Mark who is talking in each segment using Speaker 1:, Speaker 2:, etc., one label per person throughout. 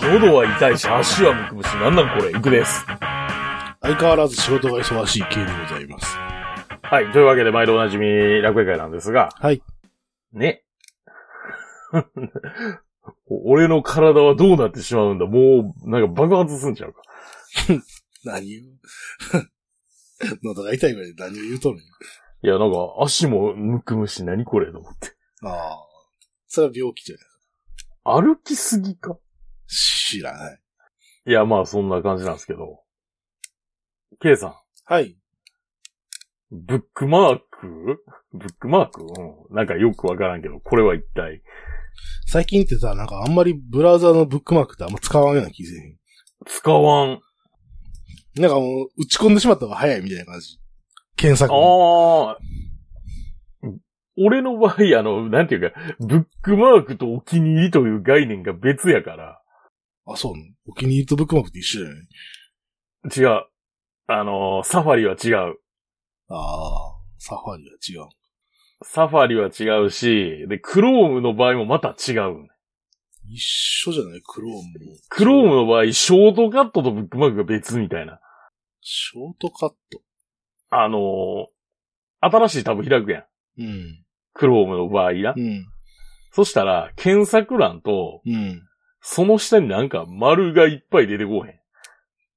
Speaker 1: 喉は痛いし、足はむくむし、なんなんこれ、いくです。
Speaker 2: 相変わらず仕事が忙しい系でございます。
Speaker 1: はい。というわけで、毎度おなじみ、楽園会なんですが、
Speaker 2: はい。
Speaker 1: ね。 お俺の体はどうなってしまうんだもう、なんか爆発すんちゃうか。
Speaker 2: 何を 喉が痛いぐらいで何を言うとるんや。
Speaker 1: いや、なんか、足もむくむし、何これと思って。
Speaker 2: ああ。それは病気じゃない。
Speaker 1: 歩きすぎか
Speaker 2: 知らない。
Speaker 1: いや、まあ、そんな感じなんですけど。K さん、
Speaker 2: はい。
Speaker 1: ブックマークブックマークうん。なんかよくわからんけど、これは一体。
Speaker 2: 最近ってさ、なんかあんまりブラウザのブックマークってあんま使わんような気せえへ
Speaker 1: 使わん。
Speaker 2: ん。なんかもう、打ち込んでしまった方が早いみたいな感じ。検索。
Speaker 1: ああ。俺の場合、あの、なんていうか、ブックマークとお気に入りという概念が別やから、
Speaker 2: あ、そうなのお気に入りとブックマークって一緒じゃない
Speaker 1: 違う。あの、サファリは違う。
Speaker 2: ああ。サファリは違う。
Speaker 1: サファリは違うし、で、クロームの場合もまた違う。
Speaker 2: 一緒じゃないクロームも。
Speaker 1: クロームの場合、ショートカットとブックマークが別みたいな。
Speaker 2: ショートカット。
Speaker 1: あの新しいタブ開くやん。
Speaker 2: うん。
Speaker 1: クロームの場合な
Speaker 2: う。ん。
Speaker 1: そしたら、検索欄と、
Speaker 2: うん。
Speaker 1: その下になんか丸がいっぱい出てこうへん。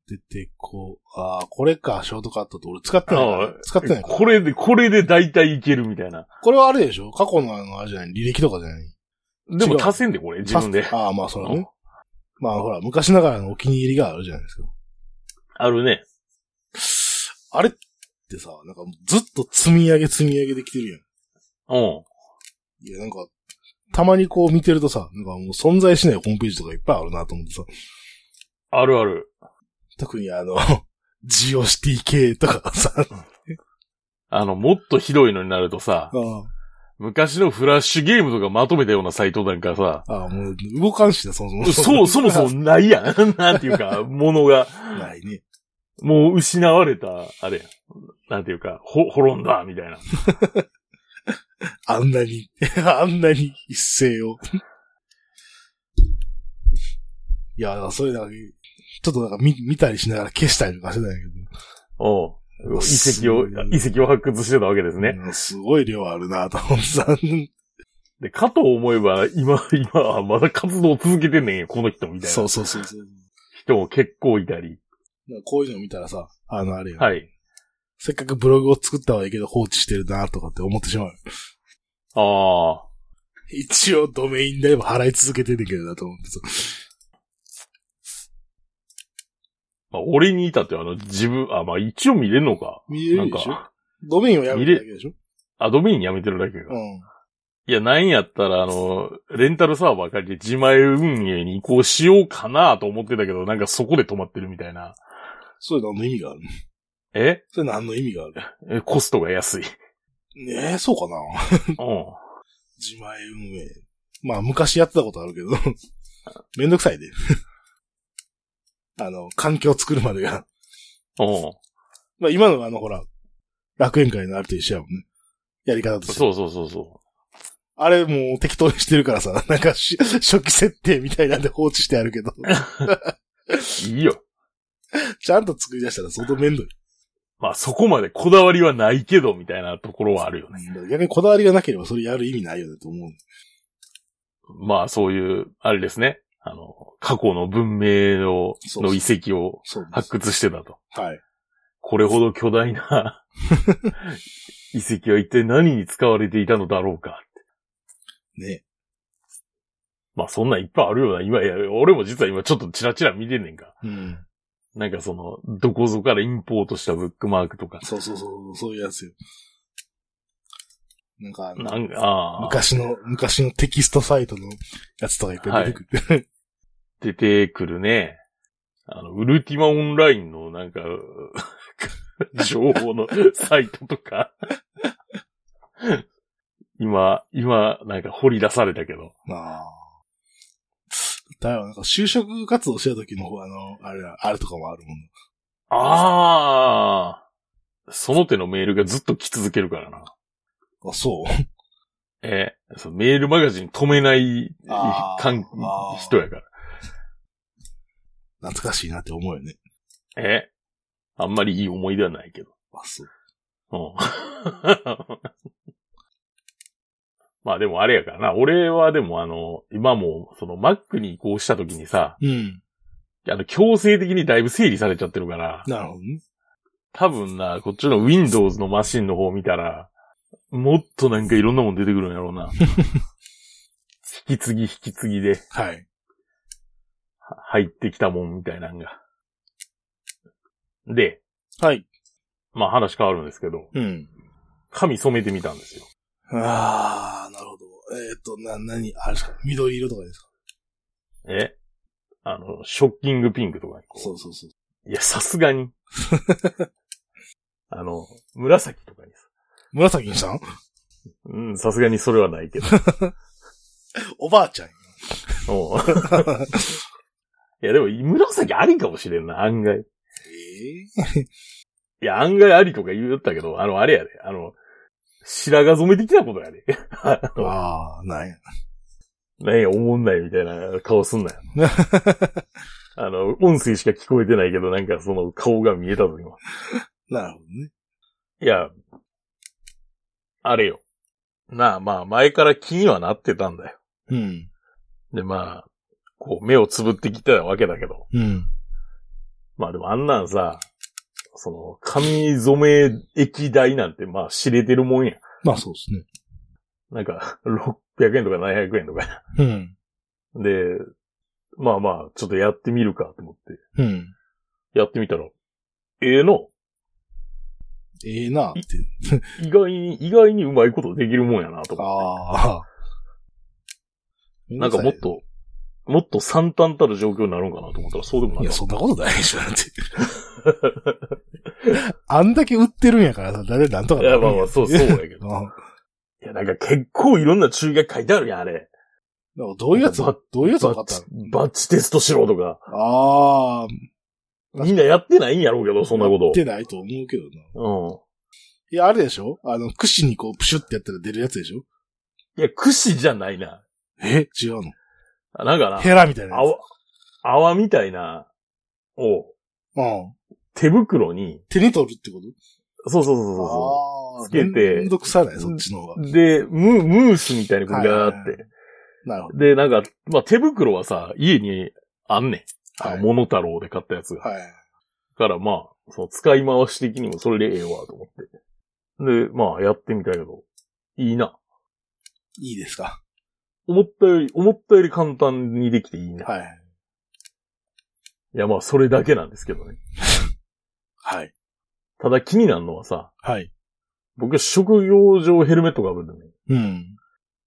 Speaker 2: 出てこう。ああ、これか、ショートカットって俺使ってないか
Speaker 1: あ
Speaker 2: ら
Speaker 1: ー。
Speaker 2: 使ってないから。
Speaker 1: これで、これで大体いけるみたいな。
Speaker 2: これはあれでしょ過去のあの、あれじゃない履歴とかじゃない
Speaker 1: でも
Speaker 2: 違う
Speaker 1: 足せんで、これ、自分で。
Speaker 2: ああ、まあそうだね。まあほら、昔ながらのお気に入りがあるじゃないですか。
Speaker 1: あるね。
Speaker 2: あれってさ、なんかもうずっと積み上げ積み上げできてるやん。
Speaker 1: うん。
Speaker 2: いや、なんか、たまにこう見てるとさ、なんかもう存在しないホームページとかいっぱいあるなと思ってさ、
Speaker 1: あるある。
Speaker 2: 特にあの、 ジオシティ系とかさ、
Speaker 1: あの、もっとひどいのになるとさ、昔のフラッシュゲームとかまとめたようなサイトなんかさ、
Speaker 2: ああ、もう動かんしな、そもそも。
Speaker 1: そう、そもそもないやん。 なんていうか、ものが、
Speaker 2: ないね。
Speaker 1: もう失われた、あれやん。なんていうか、ほ、滅んだ、みたいな。
Speaker 2: あんなに、 あんなに一斉を。 いや、だからそういうなんか、ちょっとなんか見見たりしながら消したりとかしてたんやけ
Speaker 1: おう
Speaker 2: ど。
Speaker 1: 遺跡を、遺跡を発掘してたわけですね。
Speaker 2: うん。すごい量あるなと思ってさ。
Speaker 1: で、かと思えば、今、今はまだ活動を続けてんねんよ、この人みたい
Speaker 2: そ
Speaker 1: な
Speaker 2: うそうそうそう。
Speaker 1: 人も結構いたり。
Speaker 2: なんかこういうの見たらさ、あの、あれよ、
Speaker 1: はい。
Speaker 2: せっかくブログを作ったはいいけど放置してるなとかって思ってしまう。
Speaker 1: ああ。
Speaker 2: 一応ドメイン代も払い続けてんねんけどなと思ってさ。
Speaker 1: まあ、俺に至っては、あの、自分、あ、まあ、一応見れんのか。
Speaker 2: 見え
Speaker 1: な
Speaker 2: る
Speaker 1: ん
Speaker 2: でしょ
Speaker 1: か、
Speaker 2: ドメインをやめるだけでしょ
Speaker 1: アドミンやめてるだけが。
Speaker 2: うん。
Speaker 1: いや、なんやったら、あの、レンタルサーバー借りて自前運営に移行しようかなと思ってたけど、なんかそこで止まってるみたいな。
Speaker 2: それ何の意味があるの
Speaker 1: え
Speaker 2: それ何の意味がある
Speaker 1: えコストが 安い。
Speaker 2: ねえ、そうかな
Speaker 1: うん。
Speaker 2: 自前運営。まあ、昔やってたことあるけど、 めんどくさいで。 あの、環境を作るまでが。
Speaker 1: うん。
Speaker 2: まあ、今のあの、ほら、楽園会のあると一緒やもんね。やり方として。
Speaker 1: そうそうそうそ
Speaker 2: あれもう適当にしてるからさ、 なんかし、初期設定みたいなんで放置してあるけど、
Speaker 1: う。いいよ。
Speaker 2: ちゃんと作り出したら相当めんどい。
Speaker 1: まあ、そこまでこだわりはないけど、みたいなところはあるよね。
Speaker 2: 逆にこだわりがなければそれやる意味ないよねと思う。
Speaker 1: まあ、そういう、あれですね。あの、過去の文明の
Speaker 2: そう
Speaker 1: の遺跡を
Speaker 2: そうで
Speaker 1: 発
Speaker 2: す。
Speaker 1: 掘してたと。
Speaker 2: はい。
Speaker 1: これほど巨大な遺跡は一体何に使われていたのだろうか。
Speaker 2: ね。
Speaker 1: まあ、そんなんいっぱいあるよな。今、いや、俺も実は今ちょっとチラチラ見てんねんか。
Speaker 2: うん。
Speaker 1: なんかその、どこぞからインポートしたブックマークとか。
Speaker 2: そうそうそう、そういうやつよ。なんかあの、
Speaker 1: なんか、ああ、
Speaker 2: 昔の、昔のテキストサイトのやつとかいっぱい出てく る。
Speaker 1: 出てくるね。あの、ウルティマオンラインのなんか、情報のサイトとか。今、今、なんか掘り出されたけど。
Speaker 2: ああ。だよ、なんか就職活動してた時の、あの、あれだ、あれとかもあるもん。
Speaker 1: ああ、その手のメールがずっと来続けるからな。
Speaker 2: あ、そう
Speaker 1: えー、そうメールマガジン止めない
Speaker 2: あー
Speaker 1: かん
Speaker 2: あー
Speaker 1: 人やから。
Speaker 2: 懐かしいなって思うよね。
Speaker 1: えあんまりいい思い出はないけど。
Speaker 2: あ、そう。
Speaker 1: うん。 まあでもあれやからな。俺はでもあの、今もその Mac に移行した時にさ、
Speaker 2: うん。
Speaker 1: あの強制的にだいぶ整理されちゃってるから、
Speaker 2: なるほどね。
Speaker 1: 多分な、こっちの Windows のマシンの方見たら、もっとなんかいろんなもん出てくるんやろうな。引き継ぎ引き継ぎで
Speaker 2: はい。
Speaker 1: は入ってきたもんみたいなんが。で、
Speaker 2: はい。
Speaker 1: まあ話変わるんですけど、
Speaker 2: うん。
Speaker 1: 髪染めてみたんですよ。
Speaker 2: あー、なるほど。えっ、ー、と、な、なに、あれですか緑色とかですか
Speaker 1: えあの、ショッキングピンクとかにこう
Speaker 2: そうそうそう。
Speaker 1: いや、さすがに。あの、紫とかにさ。
Speaker 2: 紫にしたん
Speaker 1: うん、さすがにそれはないけど。
Speaker 2: おばあ ちゃんや。
Speaker 1: おういや、でも、紫ありかもしれんな、案外。い
Speaker 2: え
Speaker 1: や、案外ありとか言うたけど、あの、あれやで、あの、白髪染めてきたことやで。 あ
Speaker 2: ー、
Speaker 1: の
Speaker 2: あー、なんや。
Speaker 1: なんや、思んないみたいな顔すんなよ。あの、音声しか聞こえてないけど、なんかその顔が見えたぞ、今。
Speaker 2: なるほどね。
Speaker 1: いや、あれよ。なあ、まあ、前から気にはなってたんだよ。
Speaker 2: うん。
Speaker 1: で、まあ、こう、目をつぶってきてたわけだけど。
Speaker 2: うん。
Speaker 1: まあでもあんなんさ、その、髪染め液代なんて、まあ知れてるもんや。
Speaker 2: まあそうですね。
Speaker 1: なんか、600円とか700円とか。
Speaker 2: うん。
Speaker 1: で、まあまあ、ちょっとやってみるかと思って、
Speaker 2: うん。
Speaker 1: やってみたら、ええの
Speaker 2: ええなーって。
Speaker 1: 意外に、意外にうまいことできるもんやなと思っ
Speaker 2: ああ。
Speaker 1: て。なんかもっと、もっと惨憺たる状況になるんかなと思ったら、そうでもないい
Speaker 2: や、。そんなことないでしょ、なんて。あんだけ売ってるんやからさ、誰なんとか
Speaker 1: い
Speaker 2: な
Speaker 1: や、
Speaker 2: るん
Speaker 1: まあまあ、そう、そうやけど。
Speaker 2: うん
Speaker 1: いや、なんか結構いろんな注意が書いてあるやん、あれ。
Speaker 2: でもどういうやつ、
Speaker 1: バッ
Speaker 2: どういうやつ分かった
Speaker 1: バッチバッチテストしろとか。
Speaker 2: ああ、
Speaker 1: みんなやってないんやろうけど、そんなこ
Speaker 2: 売
Speaker 1: と
Speaker 2: ってないと思うけどな。。
Speaker 1: う
Speaker 2: いや、あれでしょあの、櫛にこう、プシュってやったら出るやつでしょ
Speaker 1: ん。いや、櫛じゃないな。
Speaker 2: え違うの
Speaker 1: あなんかな、
Speaker 2: ヘラみたいなや
Speaker 1: 泡、泡みたいな、を、
Speaker 2: つ。うん。
Speaker 1: 手袋に、
Speaker 2: 手に取るってこと
Speaker 1: そうそうそうそ
Speaker 2: ああ、
Speaker 1: つけて
Speaker 2: めんどくさない、そっちの方が。
Speaker 1: うそう。で、ム、ムースみたいにこう
Speaker 2: はいはいは
Speaker 1: ガ
Speaker 2: い
Speaker 1: ーって。
Speaker 2: なるほど。
Speaker 1: で、なんか、まあ、手袋はさ、家にあんねん。あ
Speaker 2: はい
Speaker 1: の、モノタロウで買ったやつが。
Speaker 2: はい。
Speaker 1: からまあ、その使い回し的にもそれでええわと思って。で、まあやってみたけど、いいな。
Speaker 2: いいですか
Speaker 1: 思ったより、思ったより簡単にできていいな。い、
Speaker 2: はい。
Speaker 1: やまあそれだけなんですけどね。
Speaker 2: はい。
Speaker 1: ただ気になるのはさ、
Speaker 2: はい。
Speaker 1: 僕職業上ヘルメット被るのね。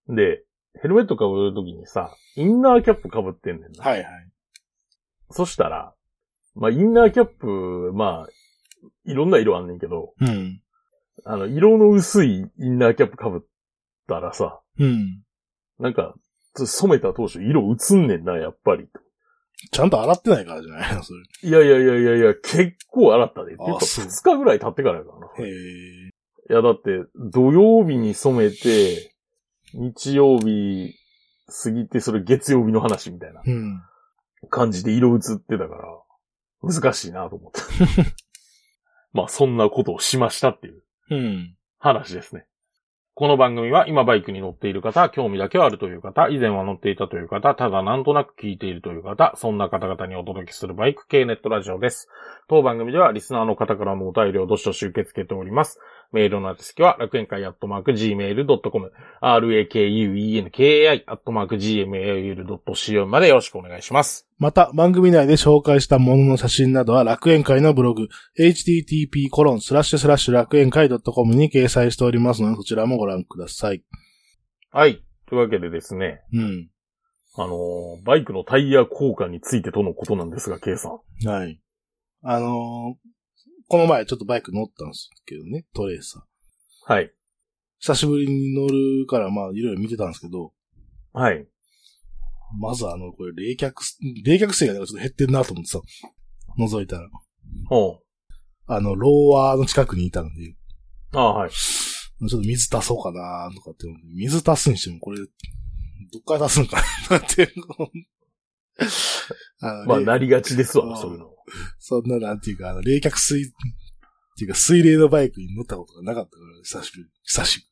Speaker 2: うん。
Speaker 1: で、ヘルメット被るときにさ、インナーキャップ被ってんねんな。
Speaker 2: はいはい。
Speaker 1: そしたら、まあインナーキャップ、まあ、いろんな色あんねんけど、
Speaker 2: うん。
Speaker 1: あの、色の薄いインナーキャップ被ったらさ、
Speaker 2: うん。
Speaker 1: なんか、染めた当初色映んねんな、やっぱり。
Speaker 2: ちゃんと洗ってないからじゃないのそれ。
Speaker 1: いやいやいやいやいや、結構洗ったで。っていうか、
Speaker 2: そう
Speaker 1: 2日ぐらい経ってからやからな。
Speaker 2: へ
Speaker 1: い
Speaker 2: え。
Speaker 1: や、だって、土曜日に染めて、日曜日過ぎて、それ月曜日の話みたいな
Speaker 2: うん。
Speaker 1: 感じで色映ってたから、難しいなと思 った。まあ、そんなことをしましたっていう
Speaker 2: うん。
Speaker 1: 話ですね。この番組は今バイクに乗っている方、興味だけはあるという方、以前は乗っていたという方、ただなんとなく聞いているという方、そんな方々にお届けするバイク系ネットラジオです。当番組ではリスナーの方からのお便りをどしどし受け付けております。メールの宛先は楽園会アットマーク gmail.com、rakuenki アットマーク gmail.co までよろしくお願いします。
Speaker 2: また、番組内で紹介したものの写真などは楽園会のブログ、http コロンスラッシュスラッシュ楽園会 .com に掲載しておりますので、そちらもご覧ください。
Speaker 1: はい。というわけでですね、
Speaker 2: うん。
Speaker 1: あのーバイクのタイヤ交換についてとのことなんですが、K さん。
Speaker 2: はい。あのーこの前ちょっとバイク乗ったんですけどね、トレーサー。
Speaker 1: はい。
Speaker 2: 久しぶりに乗るから、まあ、いろいろ見てたんですけど、
Speaker 1: はい。
Speaker 2: まずあの、これ冷却す、冷却性がなんかちょっと減ってんなと思ってさ、覗いたら、
Speaker 1: ほう。
Speaker 2: あの、ローワーの近くにいたので、
Speaker 1: ああ、はい。
Speaker 2: ちょっと水足そうかなとかって思う、水足すにしてもこれ、どっから足すんかなって、あの
Speaker 1: まあ、
Speaker 2: れい
Speaker 1: なりがちです
Speaker 2: う
Speaker 1: わ、
Speaker 2: ん
Speaker 1: そういうの。
Speaker 2: そんな、なんていうか、あの、冷却水、っていうか、水冷のバイクに乗ったことがなかったから、久しぶり、久し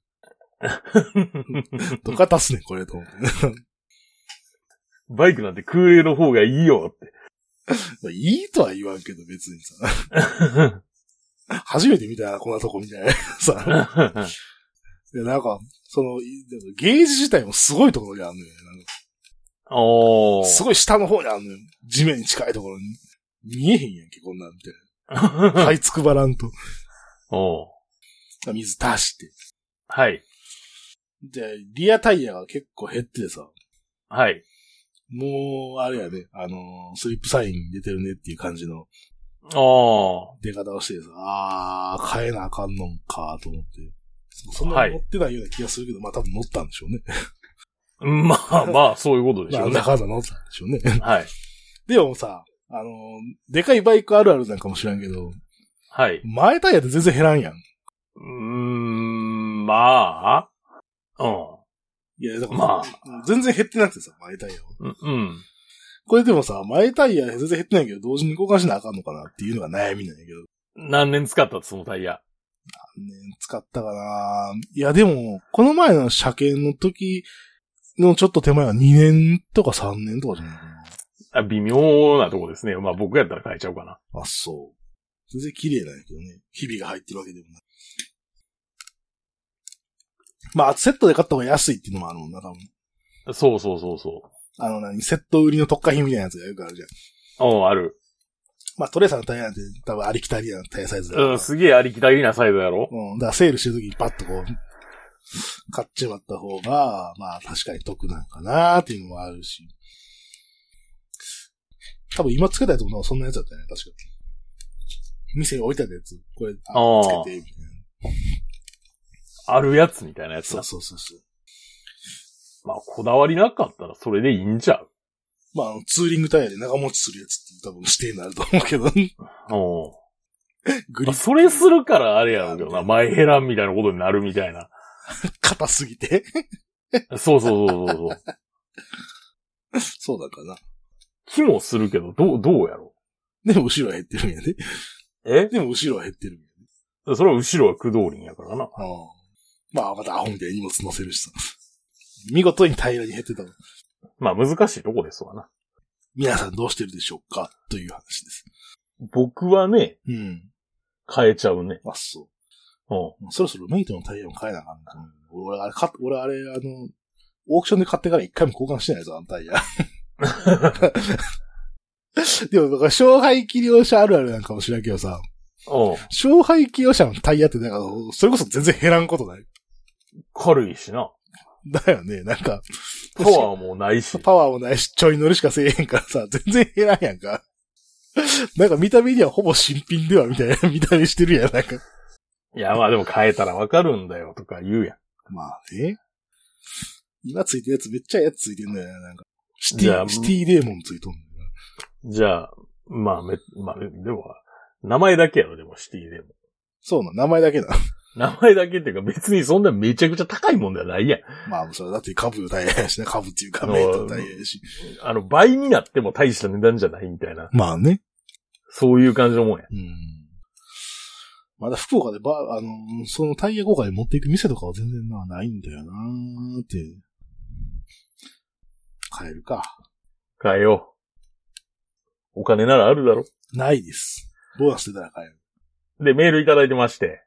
Speaker 2: ぶり。どか足すねん、これ、と思って。
Speaker 1: バイクなんて空冷の方がいいよ って。
Speaker 2: まあ、いいとは言わんけど、別にさ。初めて見たな、こんなとこみたいな。さ。で、なんか、その、いでもゲージ自体もすごいところにあるのよ。なんか
Speaker 1: お
Speaker 2: す
Speaker 1: ー。
Speaker 2: ごい下の方にあるのよ。地面に近いところに。見えへんやんけ、こんなん、みたいな。はいつくばらんと。
Speaker 1: おー
Speaker 2: 水足して。
Speaker 1: はい。
Speaker 2: で、リアタイヤが結構減っててさ。
Speaker 1: はい。
Speaker 2: もう、あれやね、あのースリップサイン出てるねっていう感じの
Speaker 1: おー。
Speaker 2: 出方をしてさ、あー、変えなあかんのんか、と思って。そそんな
Speaker 1: は
Speaker 2: に
Speaker 1: い
Speaker 2: 乗ってないような気がするけど、まあ多分乗ったんでしょうね。
Speaker 1: ま あまあ、そういうことでし
Speaker 2: ま
Speaker 1: ょ
Speaker 2: あ、
Speaker 1: うね
Speaker 2: な。かなか乗ったんでしょうね。
Speaker 1: はい。
Speaker 2: でもさ、あのーでかいバイクあるあるなんかもしらんけど、
Speaker 1: はい。
Speaker 2: 前タイヤって全然減らんやん。
Speaker 1: うーん、まあ。う
Speaker 2: いや、だから、
Speaker 1: ま
Speaker 2: 全然減ってなくてさ、前タイヤは。
Speaker 1: ん。うん。
Speaker 2: これでもさ、前タイヤ全然減ってないけど、同時に交換しなあかんのかなっていうのが悩みなんやけど。
Speaker 1: 何年使ったそのタイヤ。
Speaker 2: ね、使ったかないや、でも、この前の車検の時のちょっと手前は2年とか3年とかじゃないかな。
Speaker 1: あ微妙なとこですね。まあ僕やったら変えちゃうかな。
Speaker 2: あ、そう。全然綺麗なんやけどね。日々が入ってるわけでもない。まあ、セットで買った方が安いっていうのもあるもんな、多分。
Speaker 1: そうそうそうそ
Speaker 2: あの何、セット売りの特価品みたいなやつがよくあるじゃん。
Speaker 1: う。うん、ある。
Speaker 2: まあ、トレーサーのタイヤなんて多分ありきたりなタイヤサイズだから。
Speaker 1: うん、すげえありきたりなサイズやろ。
Speaker 2: うん。だからセールしてる時にパッとこう、買っちまった方が、まあ確かに得なんかなっていうのもあるし。多分今つけたやつもなんかそんなやつだったよね、確か。店に置いてあったやつ、これ、あ
Speaker 1: あー
Speaker 2: つけて、みたいな。
Speaker 1: あるやつみたいなやつ
Speaker 2: そ
Speaker 1: な
Speaker 2: う。そうそうそう。
Speaker 1: まあこだわりなかったらそれでいいんちゃう。
Speaker 2: まああの、ツーリングタイヤで長持ちするやつって多分指定になると思うけど、
Speaker 1: うん。ま
Speaker 2: グリ
Speaker 1: あ
Speaker 2: ップ
Speaker 1: それするからあれやろうけどな。前減らんみたいなことになるみたいな。
Speaker 2: 硬すぎて。
Speaker 1: そうそうそうそう そう。
Speaker 2: そうだかな。
Speaker 1: 気もするけど、どう、どうやろ
Speaker 2: でも後ろは減ってるんやね。
Speaker 1: う。え
Speaker 2: でも後ろは減ってるんやね。
Speaker 1: それは後ろは駆動輪やからな。
Speaker 2: うん。まあまたアホみたいに荷物乗せるしさ。見事に平らに減ってたもん
Speaker 1: まあ難しいとこですわな。
Speaker 2: 皆さんどうしてるでしょうかという話です。
Speaker 1: 僕はね、
Speaker 2: うん。
Speaker 1: 変えちゃうね。
Speaker 2: あ、そ
Speaker 1: うん。
Speaker 2: う。そろそろメイトのタイヤも変えなあかんかな。俺、あれ、か、俺、あれ、あの、オークションで買ってから一回も交換してないぞ、あのタイ ヤ。でも、なんか勝敗器量者あるあるなんかもしれんけどさ、
Speaker 1: うん。
Speaker 2: 勝敗器量者のタイヤってなんか、それこそ全然減らんことない。
Speaker 1: 軽いしな。
Speaker 2: だよね、なんか。
Speaker 1: パワーもないし。
Speaker 2: パワーもないし、ちょい乗りしかせえへんからさ、全然減らんやんか。なんか見た目にはほぼ新品ではみたいな見た目してるやん、なんか。
Speaker 1: いや、まあでも変えたらわかるんだよとか言うやん。
Speaker 2: まあね。今ついてるやつめっちゃやつついてんだよな、なんか。シテ
Speaker 1: じゃあ
Speaker 2: ィ、シティレーモンついとんだよ
Speaker 1: じゃあ、まあ、め、まあ、でも、名前だけやろ、でも、シティでも。
Speaker 2: そうな、名前だけ な。
Speaker 1: 名前だけっていうか、別にそんなめちゃくちゃ高いもんではないやん。
Speaker 2: まあ、それだって株の大変やしね、株っていうか
Speaker 1: あのー
Speaker 2: メイトの大変やし。
Speaker 1: あの、倍になっても大した値段じゃないみたいな、
Speaker 2: まあね。
Speaker 1: そういう感じのもんや。
Speaker 2: うん。まだ福岡でば、あのー、そのタイヤ交換に持っていく店とかは全然な、ないんだよなーって。買えるか。
Speaker 1: 変えよう。お金ならあるだろ。
Speaker 2: ないです。ボーナス出たら買える。
Speaker 1: で、メールいただいてまして。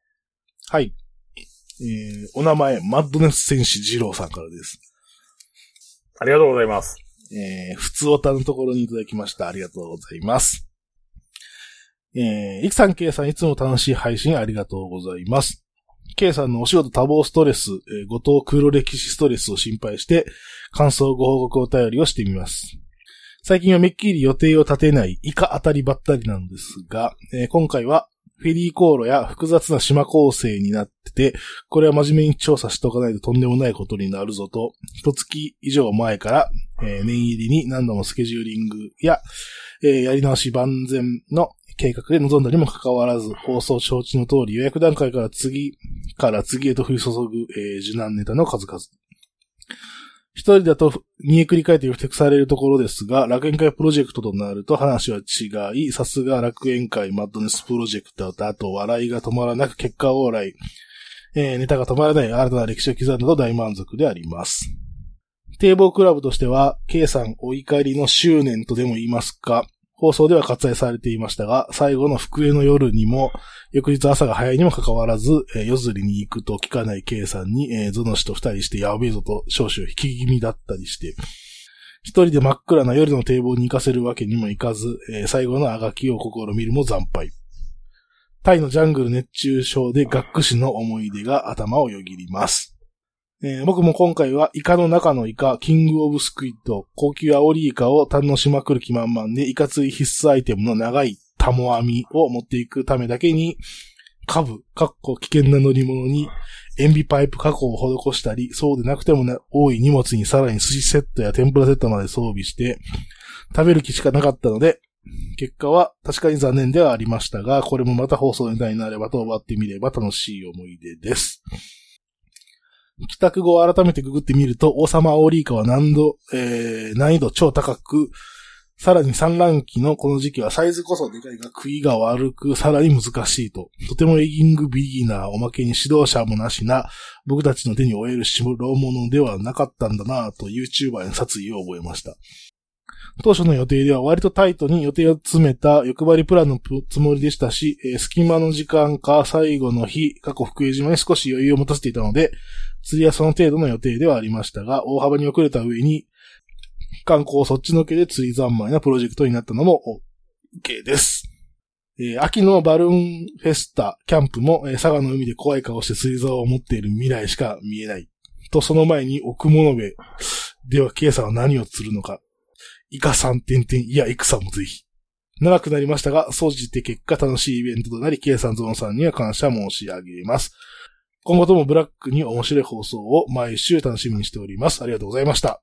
Speaker 2: はい。えー、お名前、マッドネス戦士二郎さんからです。
Speaker 1: ありがとうございます。
Speaker 2: えー、普通おたのところにいただきました。ありがとうございます。えー、いくさん、けいさん、いつも楽しい配信ありがとうございます。けいさんのお仕事多忙ストレス、えー、後藤黒歴史ストレスを心配して、感想ご報告お便りをしてみます。最近はめっきり予定を立てない以下当たりばったりなんですが、えー今回はフェリー航路や複雑な島構成になってて、これは真面目に調査しておかないととんでもないことになるぞと、一月以上前からえー念入りに何度もスケジューリングや、えーやり直し万全の計画で臨んだにもかかわらず、放送承知の通り予約段階から次から次へと降り注ぐ、えー、受難ネタの数々。一人だと煮えくり返ってふてくされるところですが、楽園会プロジェクトとなると話は違い、さすが楽園会マッドネスプロジェクトだと笑いが止まらなく結果往来、えーネタが止まらない新たな歴史を刻んだと大満足であります。堤防クラブとしては、K さんお怒りの執念とでも言いますか、放送では割愛されていましたが、最後の福江の夜にも、翌日朝が早いにもかかわらず、えー夜釣りに行くと聞かない K さんに、えー、ゾノ氏と二人してやべえぞと少々引き気味だったりして、一人で真っ暗な夜の堤防に行かせるわけにもいかず、えー最後のあがきを試みるも惨敗。タイのジャングル熱中症で学士の思い出が頭をよぎります。えー僕も今回はイカの中のイカ、キングオブスクイッド、高級アオリイカを堪能しまくる気満々で、イカ釣り必須アイテムの長いタモ網を持っていくためだけに、カブ、かっこ危険な乗り物に、塩ビパイプ加工を施したり、そうでなくてもな多い荷物にさらに寿司セットや天ぷらセットまで装備して、食べる気しかなかったので、結果は確かに残念ではありましたが、これもまた放送ネタになればと終わってみれば楽しい思い出です。帰宅後を改めてググってみると、王様オーリーカは難度、えー、難易度超高く、さらに産卵期のこの時期はサイズこそでかいが食いが悪く、さらに難しいと。とてもエギングビギナー、おまけに指導者もなしな、僕たちの手に負えるしろ物ではなかったんだなぁと YouTuber の殺意を覚えました。当初の予定では割とタイトに予定を詰めた欲張りプランのつもりでしたし、えー隙間の時間か最後の日、過去福江島に少し余裕を持たせていたので、釣りはその程度の予定ではありましたが、大幅に遅れた上に、観光そっちのけで釣り三昧なプロジェクトになったのも OK です。えー秋のバルーンフェスタ、キャンプも、えー佐賀の海で怖い顔して釣り竿を持っている未来しか見えない。と、その前に奥物部では、ケイさんは何を釣るのか。イカさん点々、いや、イクさんもぜひ。長くなりましたが、総じて結果楽しいイベントとなり、ケイさんゾノさんには感謝申し上げます。今後ともブラックに面白い放送を毎週楽しみにしております。ありがとうございました。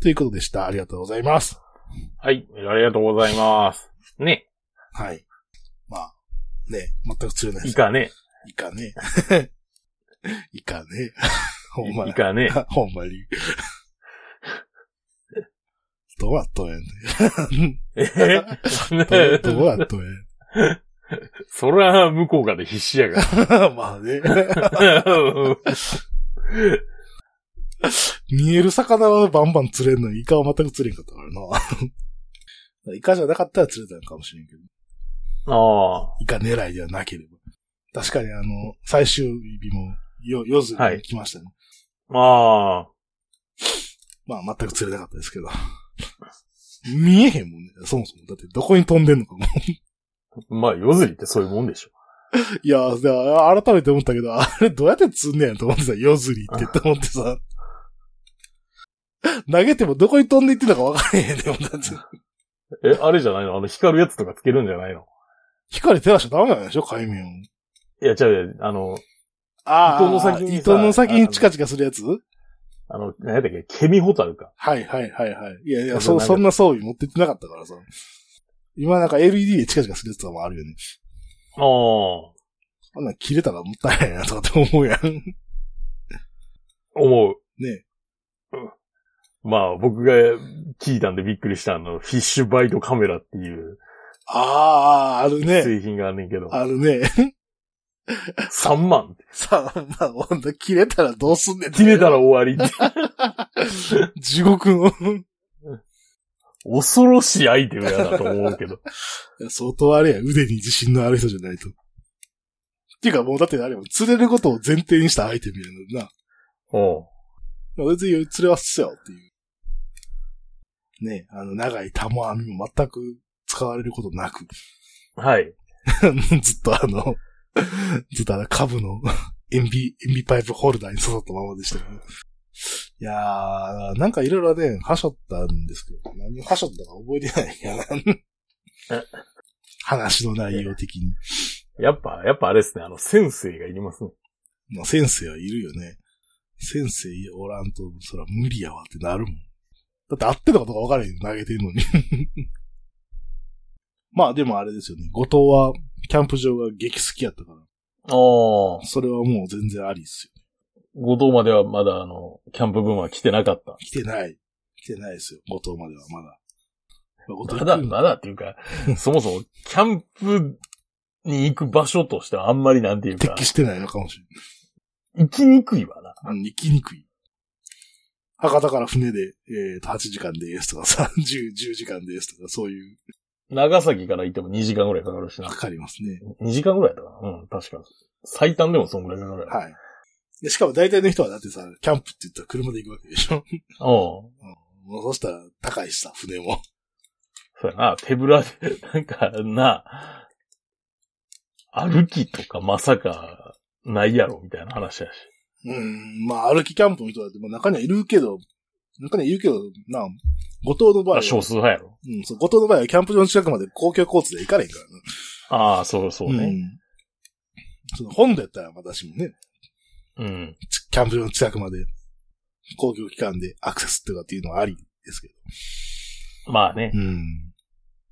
Speaker 2: ということでした。ありがとうございます。
Speaker 1: はい。ありがとうございます。ね。
Speaker 2: はい。まあ、ね、全く釣れないで
Speaker 1: い
Speaker 2: す。
Speaker 1: かね。
Speaker 2: いかね。 い かね。ほんま
Speaker 1: い
Speaker 2: に。
Speaker 1: か ね。
Speaker 2: ほんまに。どうやっとんやね
Speaker 1: え
Speaker 2: ん。
Speaker 1: へ
Speaker 2: どうやっとんや
Speaker 1: そりゃ、向こうがで必死やが
Speaker 2: ねん。 まあ ね。
Speaker 1: ら。うん
Speaker 2: 見える魚はバンバン釣れんのに、イカは全く釣れんかったから な。イカじゃなかったら釣れたのかもしれんけど。
Speaker 1: ああ。
Speaker 2: イカ狙いではなければ。確かにあの、最終日も、よ、夜釣りに来ましたね。
Speaker 1: ああ。
Speaker 2: まあ、全く釣れなかったですけど。見えへんもんね。そもそも。だって、どこに飛んでんのかも。
Speaker 1: まあ、夜釣りってそういうもんでしょ。
Speaker 2: いや、で改めて思ったけど、あれどうやって釣んねやと思ってさ、夜釣りってって思ってさ。投げてもどこに飛んでいってんのか分からへんねでもだって。
Speaker 1: え、あれじゃないのあの、光るやつとかつけるんじゃないの
Speaker 2: 光照らしちゃダメなんでしょ海面を。
Speaker 1: いや、違う違う、あの、
Speaker 2: あ
Speaker 1: 糸の先にさ
Speaker 2: 糸の先にチカチカするやつ
Speaker 1: あの、何やったっけケミホタルか。
Speaker 2: はいはいはいはい。いやいや、
Speaker 1: そ
Speaker 2: そ、
Speaker 1: う
Speaker 2: そんな装備持ってってなかったからさ。今なんか LED でチカチカするやつとかもあるよね。
Speaker 1: ああ。
Speaker 2: あんなん切れたらもったいないなとかって思うやん。
Speaker 1: 思う。
Speaker 2: ね
Speaker 1: うん。まあ、僕が聞いたんでびっくりしたあの、フィッシュバイトカメラっていう
Speaker 2: ああ、あるね。
Speaker 1: 製品があんねんけど、
Speaker 2: あるね。
Speaker 1: 3万
Speaker 2: さあ、まあ、ほんと、切れたらどうすんねん。
Speaker 1: 切れたら終わり って。
Speaker 2: 地獄の。
Speaker 1: 恐ろしいアイテムやなと思うけど。
Speaker 2: 相当あれや、腕に自信のある人じゃないと。っていうかもうだってあれも釣れることを前提にしたアイテムやのにな。
Speaker 1: おう
Speaker 2: まあ別に釣れはっすよっていう。ねあの、長い玉網も全く使われることなく、
Speaker 1: はい。
Speaker 2: ずっとあの、ずっとあの、株の 塩ビ、塩ビパイプホルダーに刺さったままでしたけど。いやー、なんかいろいろね、はしょったんですけど、何をはしょったか覚えてないやな
Speaker 1: え。
Speaker 2: 話の内容的に。
Speaker 1: やっぱ、やっぱあれですね、あの、先生がいりますね。
Speaker 2: まあ、先生はいるよね。先生おらんと、そら無理やわってなるもん。だって合ってたことが分からへん投げてんのに。 まあでもあれですよね。後藤は、キャンプ場が激好きやったから、
Speaker 1: ああ。
Speaker 2: それはもう全然ありっすよ。
Speaker 1: 後藤まではまだあの、キャンプ分は来てなかった。
Speaker 2: 来てない。来てないですよ。五島まではまだ。五島
Speaker 1: ま
Speaker 2: 行
Speaker 1: だ、
Speaker 2: くん
Speaker 1: まだっていうか、そもそも、キャンプに行く場所としてはあんまりなんていうか
Speaker 2: 適、してないのかもしれない
Speaker 1: 行きにくいわな。。
Speaker 2: うん行きにくい。博多から船で、えっ、と、8時間ですとか さ、10、10時間ですとか、そういう、
Speaker 1: 長崎から行っても2時間ぐらいかかるしな
Speaker 2: か。かりますね。
Speaker 1: 2時間ぐらいだな。うん、確か。最短でもそんぐらいかかるやろ。
Speaker 2: はい。でしかも大体の人はだってさ、キャンプって言ったら車で行くわけでしょ。
Speaker 1: うん。
Speaker 2: もうそしたら高いしさ、船も。
Speaker 1: そうやな、手ぶらで、なんか、な、歩きとかまさか、ないやろ、みたいな話やし。
Speaker 2: うん、まあ歩きキャンプの人だって、まあ、中にはいるけど、中にはいるけど、な、五島の場合
Speaker 1: あ
Speaker 2: は、
Speaker 1: 少数派やろ。
Speaker 2: うん、そう、五島の場合はキャンプ場の近くまで公共交通で行かれへんからな。
Speaker 1: ああ、そうそうね。
Speaker 2: ん。その本だったら私もね、
Speaker 1: うん。
Speaker 2: ちキャンプ場の近くまで公共機関でアクセスとかっていうのはありですけど。
Speaker 1: まあね。
Speaker 2: うん。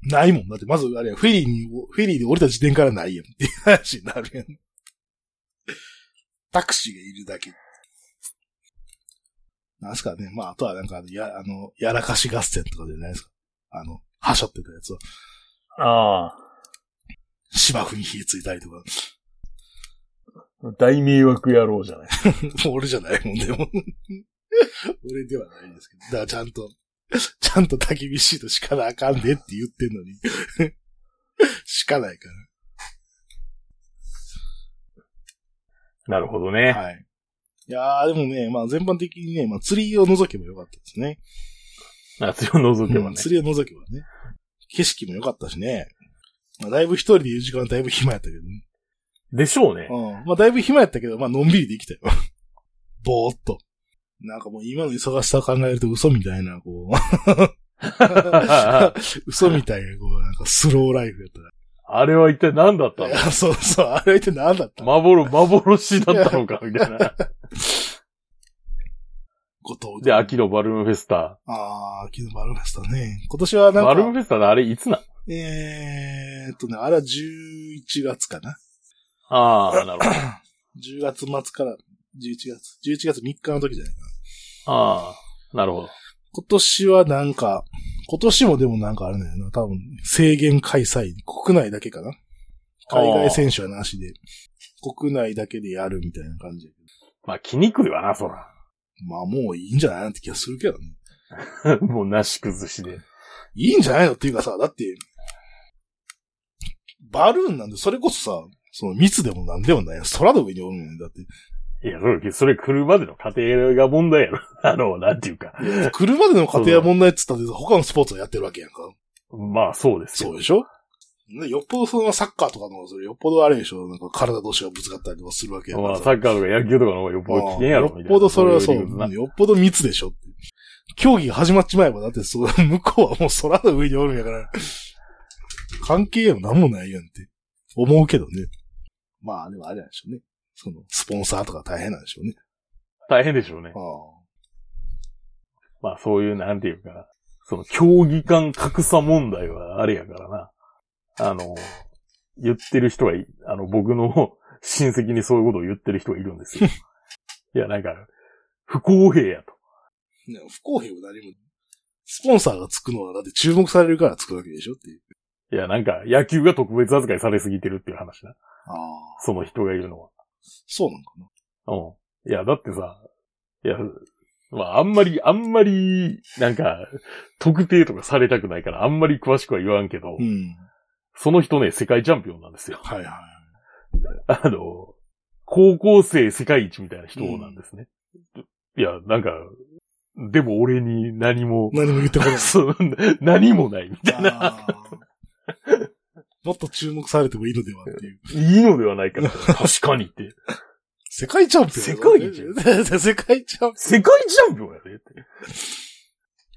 Speaker 2: ないもん。だってまずあれやフェリーに、フェリーで降りた時点からないやんっていう話になるや ん。タクシーがいるだけ。なんすかね。まあ、あとはなんかあの、や、あの、やらかし合戦とかじゃないですか。あの、はしょってたやつは、
Speaker 1: あ
Speaker 2: 芝生に火ついたりとか。
Speaker 1: あ、大迷惑野郎じゃない。
Speaker 2: もう俺じゃないもん、でも。俺ではないですけど。だからちゃんと、ちゃんと焚き火シート敷かなあかんでって言ってんのに。敷かないか
Speaker 1: なるほど
Speaker 2: ら。
Speaker 1: ね。
Speaker 2: はい。いやー、でもね、まあ全般的にね、まあ釣りを除けばよかったですね。
Speaker 1: 夏を除けば
Speaker 2: うん
Speaker 1: ね。
Speaker 2: 釣りを除けばね。景色も良かったしね。まあだいぶ一人でいる時間はだいぶ暇やったけど、ね、
Speaker 1: でしょ うね。
Speaker 2: うん。まあだいぶ暇やったけど、まあのんびりできたよ。 ぼーっと。なんかもう今の忙しさを考えると嘘みたいな、こう。嘘みたいな、こう、なんかスローライフやったら。
Speaker 1: あれは一体何だったの
Speaker 2: いや、 そうそう、あれって何だったの
Speaker 1: 幻、幻だったのか、みたい な。
Speaker 2: ことを。
Speaker 1: で、秋のバルーンフェスタ。
Speaker 2: あー、秋のバルーンフェスタね。今年はな
Speaker 1: バルーン
Speaker 2: んか、
Speaker 1: フェスタのあれいつな
Speaker 2: えーっとね、あれは11月かな。
Speaker 1: ああ、なるほど。
Speaker 2: 10月末から11月、11月3日の時じゃないかな。
Speaker 1: ああ、なるほど。
Speaker 2: 今年はなんか、今年もでもなんかあるんだよな。多分、制限開催、国内だけかな。海外選手はなしで、国内だけでやるみたいな感じ。
Speaker 1: まあ、来にくいわな、そら。
Speaker 2: まあもういいんじゃないなって気がするけどね。
Speaker 1: もう、なし崩しで。
Speaker 2: いいんじゃないのっていうかさ、だって、バルーンなんで、それこそさ、その密でもなんでもない。空の上におるのに、だって。
Speaker 1: いや、それ、それ来るまでの過程が問題やろ。 あの、なんていうか。
Speaker 2: 車での家庭は問題っつったって、他のスポーツをやってるわけやんか。
Speaker 1: まあ、そうです
Speaker 2: そう
Speaker 1: よ。
Speaker 2: でしょでよっぽどそのサッカーとかの方がそれよっぽどあれでしょなんか体同士がぶつかったりとかするわけや
Speaker 1: まあ、
Speaker 2: さ
Speaker 1: サッカーとか野球とかの方がよっぽど危険やろ、み
Speaker 2: よ
Speaker 1: たい
Speaker 2: っ
Speaker 1: な。
Speaker 2: ぽどそれはそう。
Speaker 1: い理屈な
Speaker 2: よっぽど密でしょって。競技が始まっちまえば、だってそう、 向こうはもう空の上におるんやから、関係もなんもないやんって、思うけどね。まあ、でもあれなんでしょうね。その、スポンサーとか大変なんでしょうね。
Speaker 1: 大変でしょうね
Speaker 2: あ。あ。
Speaker 1: まあ、そういう、なんていうか、その、競技間格差問題はあれやからな。あの、言ってる人がい、あの、僕の 親戚にそういうことを言ってる人がいるん ですよ。いや、なんか、不公平やと。
Speaker 2: ね不公平は何も、スポンサーがつくのは、だって注目されるからつくわけでしょっていう。
Speaker 1: いや、なんか、野球が特別扱いされすぎてるっていう話な。
Speaker 2: ああ。
Speaker 1: その人がいるのは。
Speaker 2: そうなんかな。
Speaker 1: うん。いや、だってさ、いや、まあ、あんまり、あんまり、なんか、特定とかされたくないから、あんまり詳しくは言わんけど、
Speaker 2: うん。
Speaker 1: その人ね、世界チャンピオンなんですよ。
Speaker 2: はいは
Speaker 1: あの、高校生世界一みたいな人なんですね。いや、なんか、でも俺に何も。
Speaker 2: い。、何も言ってこな い
Speaker 1: そう何もないみたい
Speaker 2: ああ もっと注目されてもいいのではっていう。
Speaker 1: な。いいのではないかな。確かにって。
Speaker 2: 世界チャンピオンだぞね 世界チャンピ
Speaker 1: 世界チャンピオンやでって。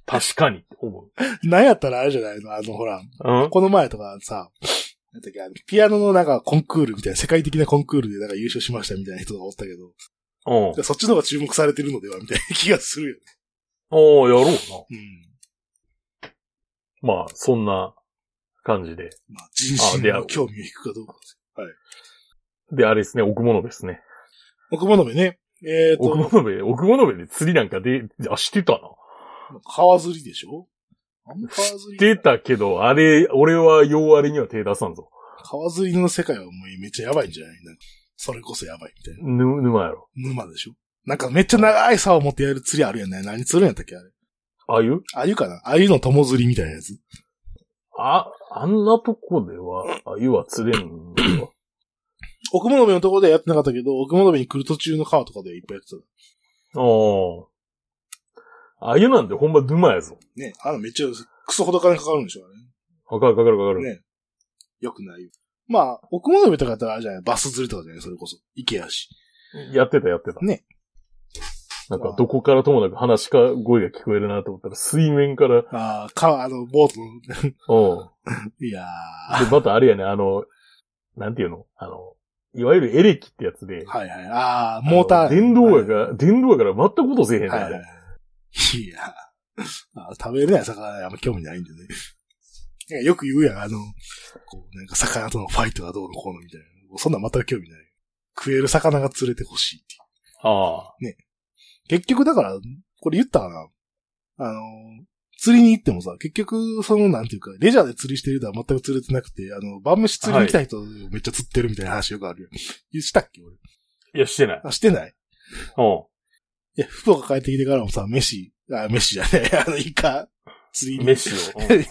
Speaker 1: 確かにって思う。
Speaker 2: オン。なんやったらあれじゃないのあの、ほら、
Speaker 1: うん
Speaker 2: この前とかさ、なんだっけ、あのピアノのなんかコンクールみたいな、世界的なコンクールでなんか優勝しましたみたいな人がおったけど、
Speaker 1: うん。
Speaker 2: そっちの方が注目されてるのではみたいな気がするよね。
Speaker 1: ああ、やろうな。
Speaker 2: うん。
Speaker 1: まあ、そんな感じで。
Speaker 2: まあ、人心の興味を引くかどうかですよ。
Speaker 1: で、あれですね、奥物ですね。
Speaker 2: 奥物部ね、えっ、
Speaker 1: 奥
Speaker 2: と、
Speaker 1: 物部、奥物部で釣りなんかで、あ、してたな。
Speaker 2: 川釣りでしょあんま川釣り。
Speaker 1: 出たけど、あれ、俺はようあれには手出さんぞ。
Speaker 2: 川釣りの世界はもうめっちゃやばいんじゃないなんか、それこそやばいみたいな。
Speaker 1: ぬ、沼やろ。
Speaker 2: 沼でしょなんかめっちゃ長い竿持ってやる釣りあるやんね。何釣るんやったっけあれ。
Speaker 1: ああいう
Speaker 2: あゆかなあゆの友釣りみたいなやつ。
Speaker 1: あ、あんなとこでは、あゆは釣れんのか。
Speaker 2: 奥物部のところではやってなかったけど、奥物部に来る途中の川とかでいっぱいやってた。
Speaker 1: ああ。あゆなんてほんま沼やぞ。
Speaker 2: ね。あのめっちゃ、クソほど金かかるんでしょあれ。
Speaker 1: わかるわかるわかる。
Speaker 2: ねよくないよ。まあ、奥物部とかやったらあれじゃないバス釣りとかじゃないそれこそ。池やし。
Speaker 1: やってたやってた。
Speaker 2: ね。
Speaker 1: なんかどこからともなく話しか声が聞こえるなと思ったら水面から、
Speaker 2: ああ、川、あの、ボートの。
Speaker 1: うん。
Speaker 2: いや
Speaker 1: で、またあれやね、あの、なんていうのあの、いわゆるエレキってやつで
Speaker 2: ー。、はいはい。ああ、モータ
Speaker 1: あ
Speaker 2: ー。
Speaker 1: の電動や
Speaker 2: が
Speaker 1: が、電動やから全くことせえへんねん、
Speaker 2: はい
Speaker 1: あ
Speaker 2: はい
Speaker 1: れ
Speaker 2: はい。いやあ食べれない魚はあんま興味ないんでね。いやよく言うやん、あの、こう、なんか魚とのファイトがどうのこうのみたいな。そんなん全く興味ない。食える魚が釣れてほしいってい
Speaker 1: ああ。
Speaker 2: う結局だから、これ言ったかなあの、釣りに行ってもさ、結局、その、なんていうか、レジャーで釣りしてる人は全く釣れてなくて、あの、晩飯釣りに来た人めっちゃ釣ってるみたいな話よくあるよ。したっけ俺。
Speaker 1: いや、してない。
Speaker 2: あ、してない
Speaker 1: うん。
Speaker 2: いや、福岡帰ってきてからもさ、飯、あ、飯じゃねえ、 あの、イカ、釣りに。
Speaker 1: 飯を。 うんはい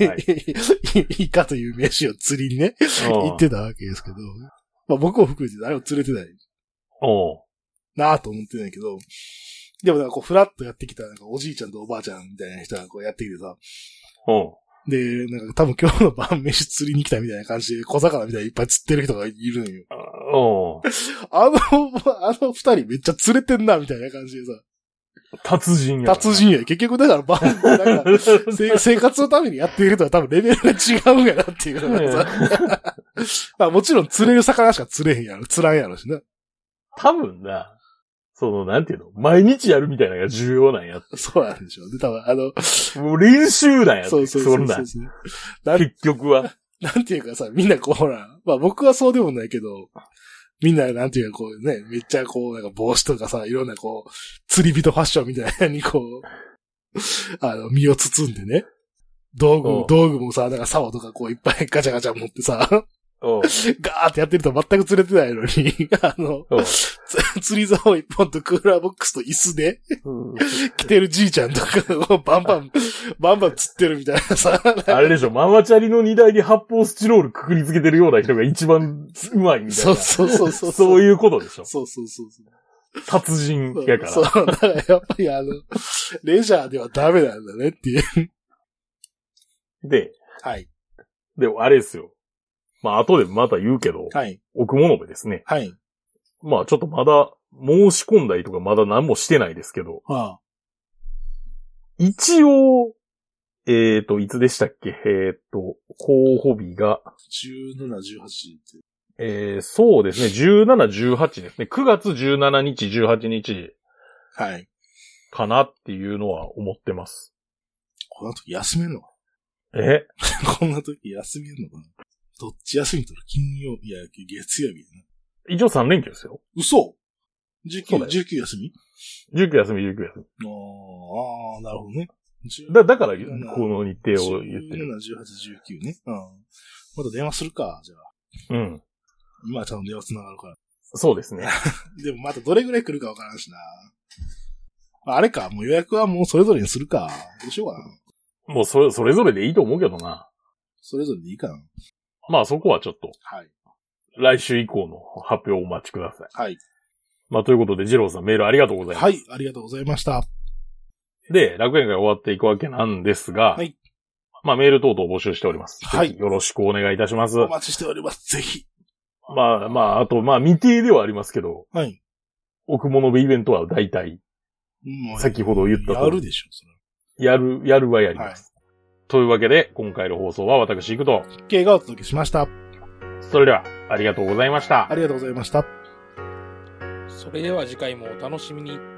Speaker 2: イカと いう飯を釣りにね、
Speaker 1: うん
Speaker 2: 行ってたわけですけど、まあ僕を含めて誰も釣れてない
Speaker 1: うん
Speaker 2: なぁと思ってないけど、でもなんかこう、ふらっとやってきた、なんかおじいちゃんとおばあちゃんみたいな人がこうやってきてさ、
Speaker 1: うん。
Speaker 2: で、なんか多分今日の晩飯釣りに来たみたいな感じで、小魚みたいにいっぱい釣ってる人がいるのよ。
Speaker 1: あうん。
Speaker 2: あの、あの二人めっちゃ釣れてんな、みたいな感じでさ、
Speaker 1: 達人やな。
Speaker 2: 達人や。結局だから晩、なんか、せ生活のためにやっているとは多分レベルが違うんやなっていうのがさ。まあもちろん釣れる魚しか釣れへんやろ。釣らんやろしな。
Speaker 1: 多分な、その、なんていうの毎日やるみたいなのが重要なんや。
Speaker 2: そうなんでしょうね。多分あの、
Speaker 1: もう練習なんや。
Speaker 2: そうそうそうそう
Speaker 1: そ
Speaker 2: なん
Speaker 1: なん
Speaker 2: なん。
Speaker 1: 結局は。
Speaker 2: なんていうかさ、みんなこうほら、まあ僕はそうでもないけど、みんななんていうかこうね、めっちゃこうなんか帽子とかさ、いろんなこう、釣り人ファッションみたいなのにこう、 あの、身を包んでね。道具
Speaker 1: うん
Speaker 2: も、道具もさ、なんか竿とかこういっぱいガチャガチャ持ってさ、
Speaker 1: うん。
Speaker 2: ガーってやってると全く釣れてないのに、 あの、
Speaker 1: うん
Speaker 2: つ釣り竿一本とクーラーボックスと椅子で着てるじいちゃんとかをバンバン、バンバン釣ってるみたいなさ、
Speaker 1: あれでしょ、ママチャリの荷台に発泡スチロールくくりつけてるような人が一番うまいみたい
Speaker 2: そ
Speaker 1: な。
Speaker 2: うそうそ
Speaker 1: そ
Speaker 2: うそうう。そう
Speaker 1: いうことでしょ。
Speaker 2: そうそうそうそう。
Speaker 1: 達人やか
Speaker 2: そう、
Speaker 1: ら。
Speaker 2: だからやっぱりあの、レジャーではダメなんだねっていう。
Speaker 1: で、
Speaker 2: はい。
Speaker 1: で、あれですよ。まあ、後でまた言うけど、
Speaker 2: はい。
Speaker 1: 奥物部ですね。
Speaker 2: はい。
Speaker 1: まあ、ちょっとまだ、申し込んだりとかまだ何もしてないですけど、
Speaker 2: は
Speaker 1: 一応、えっ、ー、と、いつでしたっけえっ、ー、と、候補日が、
Speaker 2: あ、17、18って。
Speaker 1: えー、そうですね、17、18ですね。9月17日、18日
Speaker 2: はい。
Speaker 1: かなっていうのは思ってます。
Speaker 2: この時休めんのか
Speaker 1: え
Speaker 2: なこんな時休めんのかなどっち休み取る金曜、いや、月曜日やな。
Speaker 1: 一応3連休ですよ。
Speaker 2: 嘘 ?19、
Speaker 1: そうだよ
Speaker 2: 19休み
Speaker 1: 19休み、19休み。
Speaker 2: あーあー、なるほどね。
Speaker 1: だ、だから、こ
Speaker 2: 17
Speaker 1: の日程を言ってる。
Speaker 2: 17、18、19ね。うん。また電話するか、じゃあ。
Speaker 1: うん。
Speaker 2: 今はちゃんと電話繋がるから。
Speaker 1: そうですね。
Speaker 2: でもまたどれぐらい来るかわからんしな。あれか、もう予約はもうそれぞれにするか。どうしようかな。
Speaker 1: もうそれ、それぞれでいいと思うけどな。
Speaker 2: それぞれでいいかな。
Speaker 1: まあそこはちょっと、
Speaker 2: はい。
Speaker 1: 来週以降の発表をお待ちください。
Speaker 2: はい。
Speaker 1: まあということで、ジローさんメールありがとうございます。
Speaker 2: はい、ありがとうございました。
Speaker 1: で、楽園会が終わっていくわけなんですが、
Speaker 2: はい
Speaker 1: まあメール等々募集しております。
Speaker 2: はい
Speaker 1: ぜひよろしくお願いいたします。
Speaker 2: お待ちしております。ぜひ。
Speaker 1: まあまあ、あと、まあ未定ではありますけど、
Speaker 2: はい。
Speaker 1: 奥物部イベントは大体、
Speaker 2: もう
Speaker 1: 先ほど言った
Speaker 2: や
Speaker 1: 通
Speaker 2: る
Speaker 1: り、
Speaker 2: でしょ、そ
Speaker 1: やる、やるはやり
Speaker 2: れは。は
Speaker 1: ま
Speaker 2: い
Speaker 1: す。。というわけで、今回の放送は私行くと、
Speaker 2: 経がお届けしました。
Speaker 1: それでは、ありがとうございました
Speaker 2: あ。りがとうございました。
Speaker 3: それでは次回もお楽しみに。